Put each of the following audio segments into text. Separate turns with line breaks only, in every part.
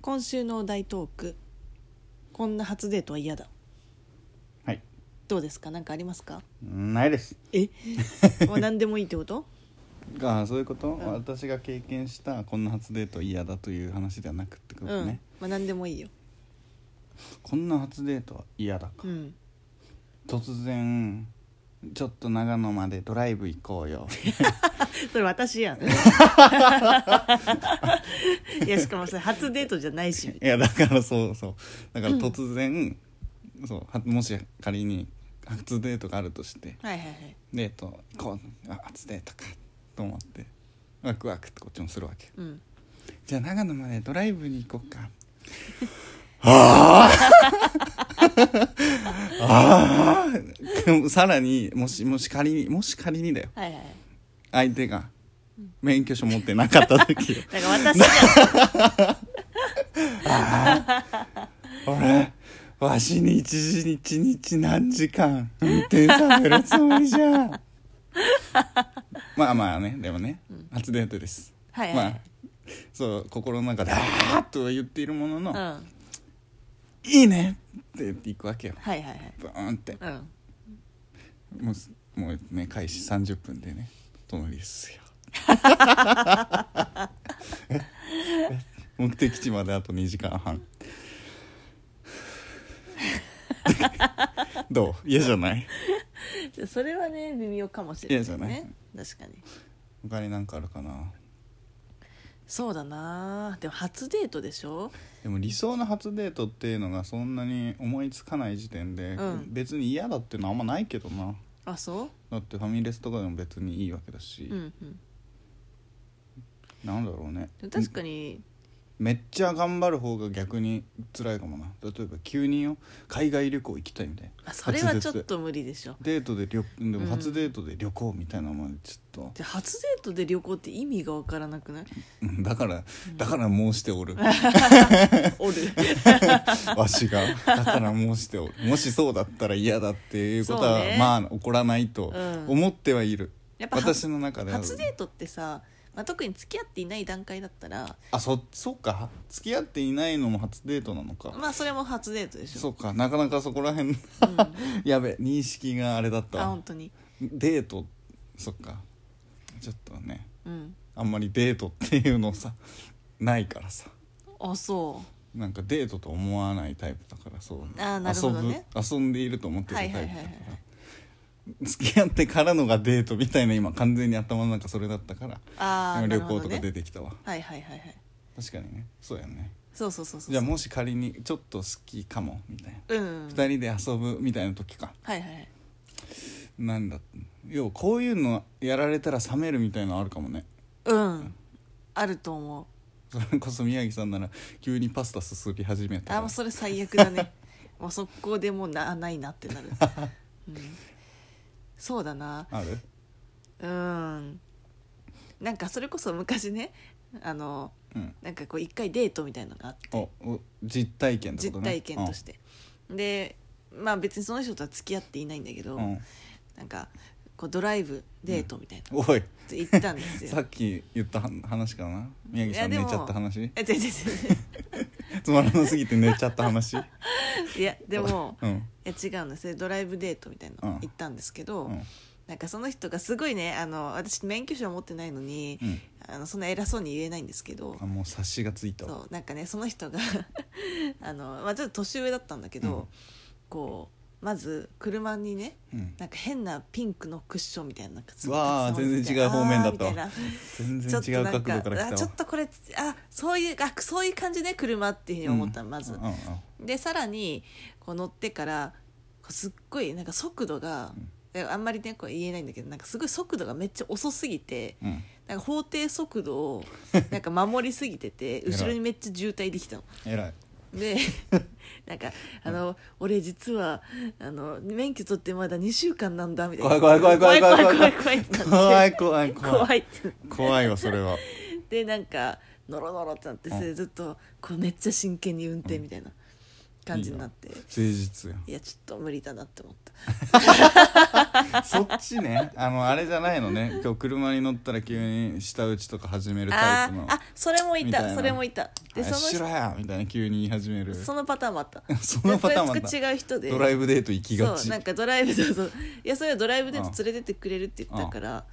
今週の大トークこんな初デートは嫌だ
はい
どうですか何かありますか
ないです
えもう何でもいいってこと
ああそういうこと、
ん
私が経験したこんな初デート嫌だという話ではなくってこ
うん、
とね、
まあ何でもいいよ
こんな初デートは嫌だか、
うん
突然ちょっと長野までドライブ行こうよ
それ私やん いやしかもそれ初デートじゃないし
いやだからそうそうだから突然、そうはもし仮に初デートがあるとして
はいはいはい
デート行こうあ初デートかと思ってワクワクってこっちもするわけ
うん
じゃあ長野までドライブに行こうかはあああでもさらにもしもし仮にもし仮にだよ
はいはいはい
相手が免許証持ってなかった時よ
だから私 じ
俺わしに一日一日何時間運転させるつもりじゃん まあまあねでもね、初デートです、
ゃんはい
ま
は
あそう心の中で「ああ!」とは言っているものの
い、
「
うん
いいね!」って言っていくわけよ
はいはいはい
ブーンって
うん
もうすもうね開始30分でね隣ですよ目的地まであと2時間 半どう嫌じゃない
でそれはね微妙かもしれないね確かに
他に何かあるかな
そうだなでも初デートでしょ
でも理想の初デートっていうのがそんなに思いつかない時点で、
うん
別に嫌だっていうのはあんまないけどな
あそ
だってファミレスとかでも別にいいわけだし、
ううんうん
なんだろうね
でも確かに
めっちゃ頑張る方が逆に辛いかもな例えば急によ海外旅行行きたいみたいな
あそれは
初
ちょっ
デートで
と無理でしょ
デートで旅で
うん
も初デートで旅行みたいなもんちょっと
で初デートで旅行って意味がわからなく ない
うんだからだから申し ておる
おる
わしがだから申しておるもしそうだったら嫌だっていうことは、
そうね
まあ起こらないと
うん
思ってはいる、
やっぱ
私の中では
初デートってさ、まあ、特に付き合っていない段階だったら
あそそうか付き合っていないのも初デートなのか、
まあそれも初デートでしょ
そうかなかなかそこら辺 やべ認識があれだったわ
あ本当に
デートそっかちょっとね
うん
あんまりデートっていうのさ ないからさ
あそ
なんかデートと思わないタイプだからそう
あーなるほどね
遊ぶ遊んでいると思ってるタイプ
は
だから、
いはいはいは
付き合ってからのがデートみたいな今完全に頭の中それだったから
うああ
旅行とか
ね
出てきたわ、
はいはいはいはい
確かにねそうやね
そうそうそうそう
じゃあもし仮にちょっと好きかもみたいな、
うんうんはい
二人で遊ぶみたいな時か
はいはい
なんだ要はこういうのやられたら冷めるみたいなのあるかもね
うんあると思う
それこそ宮城さんなら急にパスタすすり始めたら
あもうそれ最悪だね もう速攻でもうなないなってな る、うん、そうだな
ある
うんなんかそれこそ昔ねあの
うん
なんかこう一回デートみたいなのがあって
おお実体験って
実
ことね
体験として、でまあ別にその人とは付き合っていないんだけ
う
ど、
ん、うん
なんかこうドライブデートみたいな、
おい
って行ったんです
さ
よ
っき言った話かな宮城さん
いやで
寝
も
ちゃった話
え違う違う
つまらなすぎて寝ちゃった話
違ういや でも
うん
いや違うんですねドライブデートみたいなの行ったんですけど、
うん
なんかその人がすごいねあの私免許証持ってないのに、
うん
あのそんな偉そうに言えないんですけど
あもう察しがついたわ
そうなんかねその人が あの、まあ、ちょっと年上だったんだけど、
うん
こうまず車にね
うん
なんか変なピンクのクッションみたいななんかすごい
わあ
たくさん置い
全
てて
然違う方面だった
あーみ
わ全
いな
然違う角度から来
ちょっとなんかあ
た
ちょ
わ
っとこれあそういうあそういう感じね車っていうふうに思ったの、まず
うんうんうん
でさらにこう乗ってからこうすっごいなんか速度が、であんまりねこう言えないんだけどなんかすごい速度がめっちゃ遅すぎて
うん
なんか法定速度 をなんか守りすぎてて
偉い
後ろにめっちゃ渋滞できたの。
偉い
でなんかあの、俺実はあの免許取ってまだ2週間なんだみたいな
怖い怖い怖い怖い怖い
怖い怖い怖いってなって
怖い怖い怖い
怖いってなって
怖いわそれは
でなんかノロノロってなってそれでずっとこうめっちゃ真剣に運転みたいな、感じになって
誠実やん
いやちょっと無理だなって思った
そっちねあのあれじゃないのね今日車に乗ったら急に舌打ちとか始めるタイ
あ
プの「
ーあそれもい
みたい
た
な
それもいたで
あ
その
し
人
ろや!」みたいな急に言い始める
そ
そ
のパターンもあった
のパターンもあ
で
っ
こ
た
れ違う人で
ドライブデート行きが
そ
ち
うなんかドライブだといやそれはドライブデート連れてってくれるって言ったから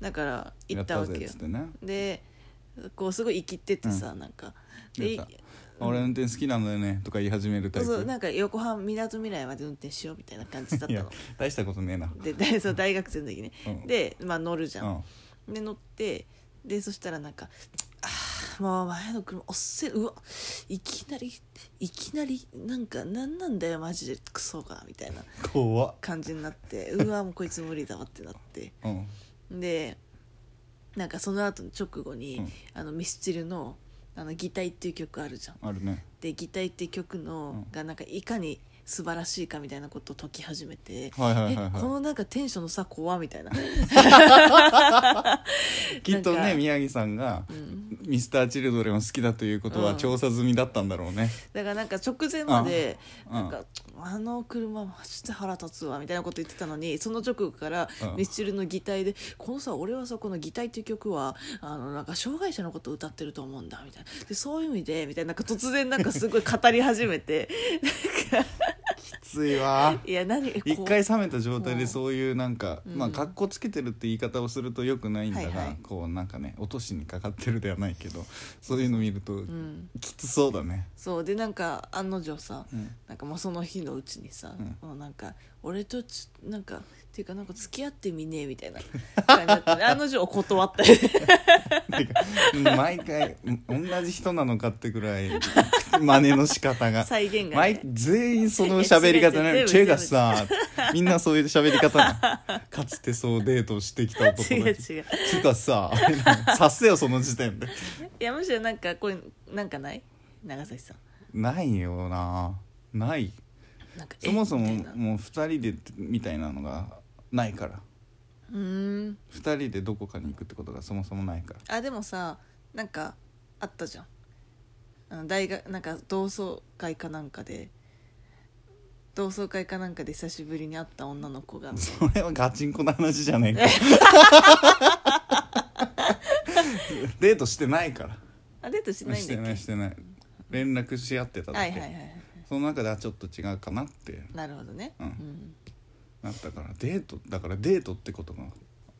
だから行
や
ったわ
ぜ
けよ
つってね
でこうすごい生きててさ、なんかで
言った俺運転好きなんだよねとか言い始めるタイ
そう
プ
なんか横浜みなとみらいまで運転しようみたいな感じだった
いや
の
大したことねえな
で大そう大学生の時ね、
うん
で、まあ、乗るじゃ、
うんん
で乗ってでそしたらなんか「ああもう前の車おっせうわいきなりいきなりなんかなんなんだよマジでクソが」みたいな
怖っ
感じになって「うわもうこいつ無理だわ」ってなって
うん
でなんかその後の直後に、
うん
あのミスチルの「あの擬態」っていう曲あるじゃん
あるね
で「擬態」っていう曲の、
うん
がなんかいかに素晴らしいかみたいなことを解き始めて、
はいはいはい
えこ
は
のなんかテンションの差怖みたいな、
いきっと
なん
ね
か
宮城さんが
うん
ミスターチルドレンを好きだということ
う
は
ん
調査済みだったんだろうね
だからなんか直前まで
うん
なんか、あの車マジで腹立つわみたいなこと言ってたのにその直後から
うん
ミスチルの擬態で、このさ俺はさこの擬態っていう曲はあのなんか障害者のことを歌ってると思うんだみたいなでそういう意味でみたいななんか突然なんかすごい語り始め て
きついわ
いや何こう
一回冷めた状態でそういうなんか、
うん
まあ格好つけてるって言い方をするとよくないんだが、
はいはい
こうなんかね落としにかかってるではないけどそういうの見ると
うん
きつそうだね、
そうでなんか案の定さ、
うん
なんかもうその日のうちにさ、
うん
もうなんか俺とちなんかっていうかなんか付き合ってみねえみたいな感じだ ったね案の定断ったり
てか毎回同じ人なのかってぐらい真似の仕 方が
再現が、
毎
ね、
全員その喋 り方
いや違う違
ね
う
チェがさみんなそういう喋り方なのかつてそうデートをしてきた 男
違う
だ
違う
つかさ させよその時点で
いやむしろなんかこれなんかない長崎さん
ないよなない
なんかえ
そもそも
みたいな
もう2人でみたいなのがないから
うーん
2人でどこかに行くってことがそもそもないから
あでもさなんかあったじゃんあの大学なんか同窓会かなんかで同窓会かなんかで久しぶりに会った女の子が
それはガチンコな話じゃねえか デートしてないから
あデートしてないん
し
だ
て
っ
ない
け
してない連絡し合ってただ
は
け、
いはいはいはい
その中ではちょっと違うかなって
なるほどね、
うん
ん
なったからデートだからデートってことが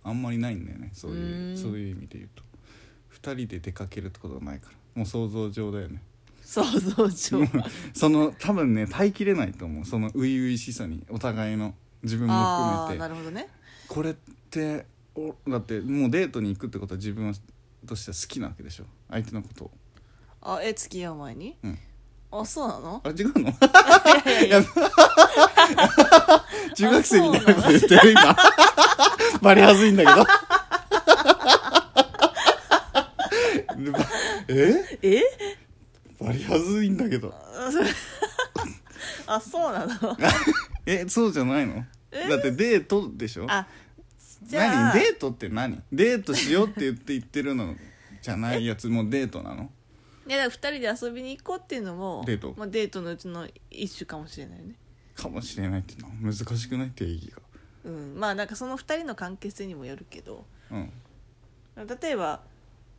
あんまりないんだよねそういう
うーん
そういう意味で言うと2人で出かけるってことはないからもう想像上だよね
想像 上
その多分ね耐えきれないと思うその初々しさにお互いの自分も
ああ
含め
な
て
るほどね
これっておだってもうデートに行くってことは自分としては好きなわけでしょ相手のことを
あえ付き合う前に、
うん
あそうな の
あ違 うの
いやいや
中学生みたいなこと言ってる 今バリはずいんだけどでばえ
え
バリはずいんだけど
あそうなの
えそうじゃないの
え
だってデートでしょ
あじゃ
何
あ
デートって何デートしようって言って言ってるのじゃないやつもデートなの
いやだから2人で遊びに行こうっていうのも
デート
まあ、デートのうちの一種かもしれないよね
かもしれないっていうのは難しくない定義が
うんまあなんかその2人の関係性にもよるけど
うん
例えば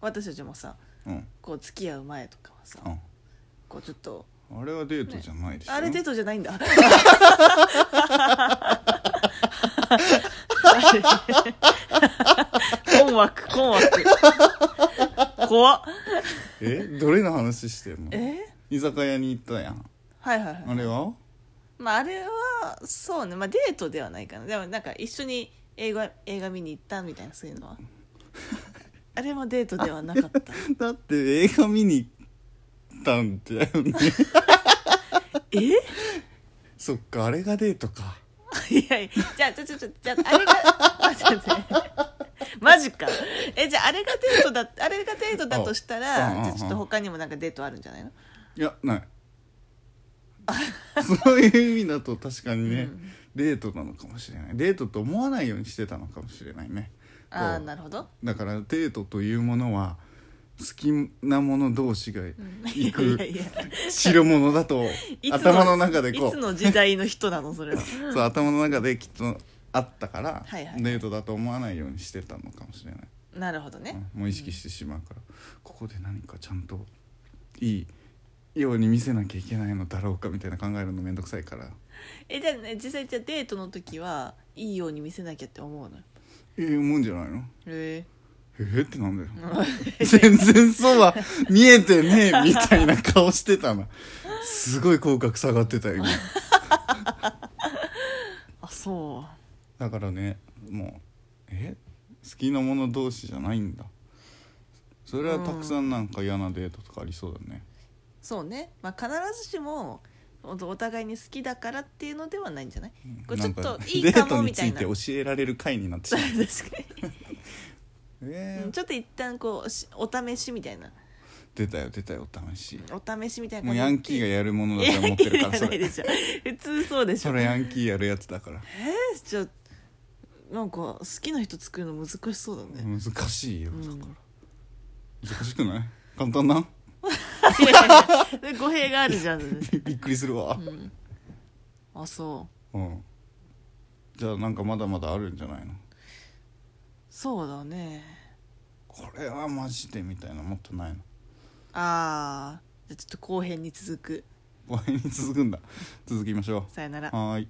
私たちもさ
うん
こう付き合う前とかはさ
う
こうちょっと
んあれはデートじゃないでしょ、
あれデートじゃないん だ 困惑困惑怖っ
えどれの話してんの
え
居酒屋に行ったやん
はいはいは
あ
い
れは
まああれはそうねまあデートではないかなでもなんか一緒に映画映画見に行ったみたいなそういうの はあれもデートではなかった
だって映画見に行ったん だよね
えい
そっかあれがデートか
や いやじゃあちょちょちょじゃああれが待って 待ってマジかえじゃああれがデートだあれがデートだとしたら、
うんうんうん
じゃあちょっと他にもなんかデートあるんじゃないの
いや ないそういう意味だと確かにね、デートなのかもしれないデートと思わないようにしてたのかもしれないね
あ
こ
あ
う
なるほど
だからデートというものはきなもの同士が行
いや
く
いや
代物だと
いつ
頭の中で
い
こ
つ
う
の時代の人なのそれは
そう頭の中できっとあったから
はいはい
デートだと思わないようにしてたのかもしれない、
なるほどね
うんもう意識してしまうから、ここで何かちゃんといいように見せなきゃいけないのだろうかみたいな考えるのめんどくさいから
えじゃあね実際じゃあデートの時はいいように見せなきゃって思うのへ
ええ思うんじゃないの
え
えー、ってなんだよ 全然そうは見えてねえみたいな顔してたなすごい口角下がってたよ今
あそ
だからねもうえ好きなもの同士じゃないんだそれはたくさんなんか嫌なデートとかありそうだね、
うそうねまあ必ずしもほんとお互いに好きだからっていうのではないんじゃ ないこれちょっ
なん
と
か
い
デ
いか
ート
も
に
み
つ
たい
い
な
て教えられる回に なってしまう
確かに
え
うん
ー
ちょっと一旦こうしお試しみたいな
出たよ出たよお試し
お試しみたいな
もうヤンキーが
や
やるものだと思ってるか
じ
ら
ゃ
そ
ない
れ
でしょ普通そうでしょ
それヤンキーやるやつだから
えーじゃあなんか好きな人作るの難しそうだね、
難しいよ
うん
難しくない簡単な
いやいやいや語弊があるじゃん、
びっくりするわ
うん、あそう
うんじゃあなんかまだまだあるんじゃないの
そうだね
これはマジでみたいなもっとないの
ああじゃあちょっと後編に続く
終わりに続くんだ続きましょ
さよな
う
ら
はーい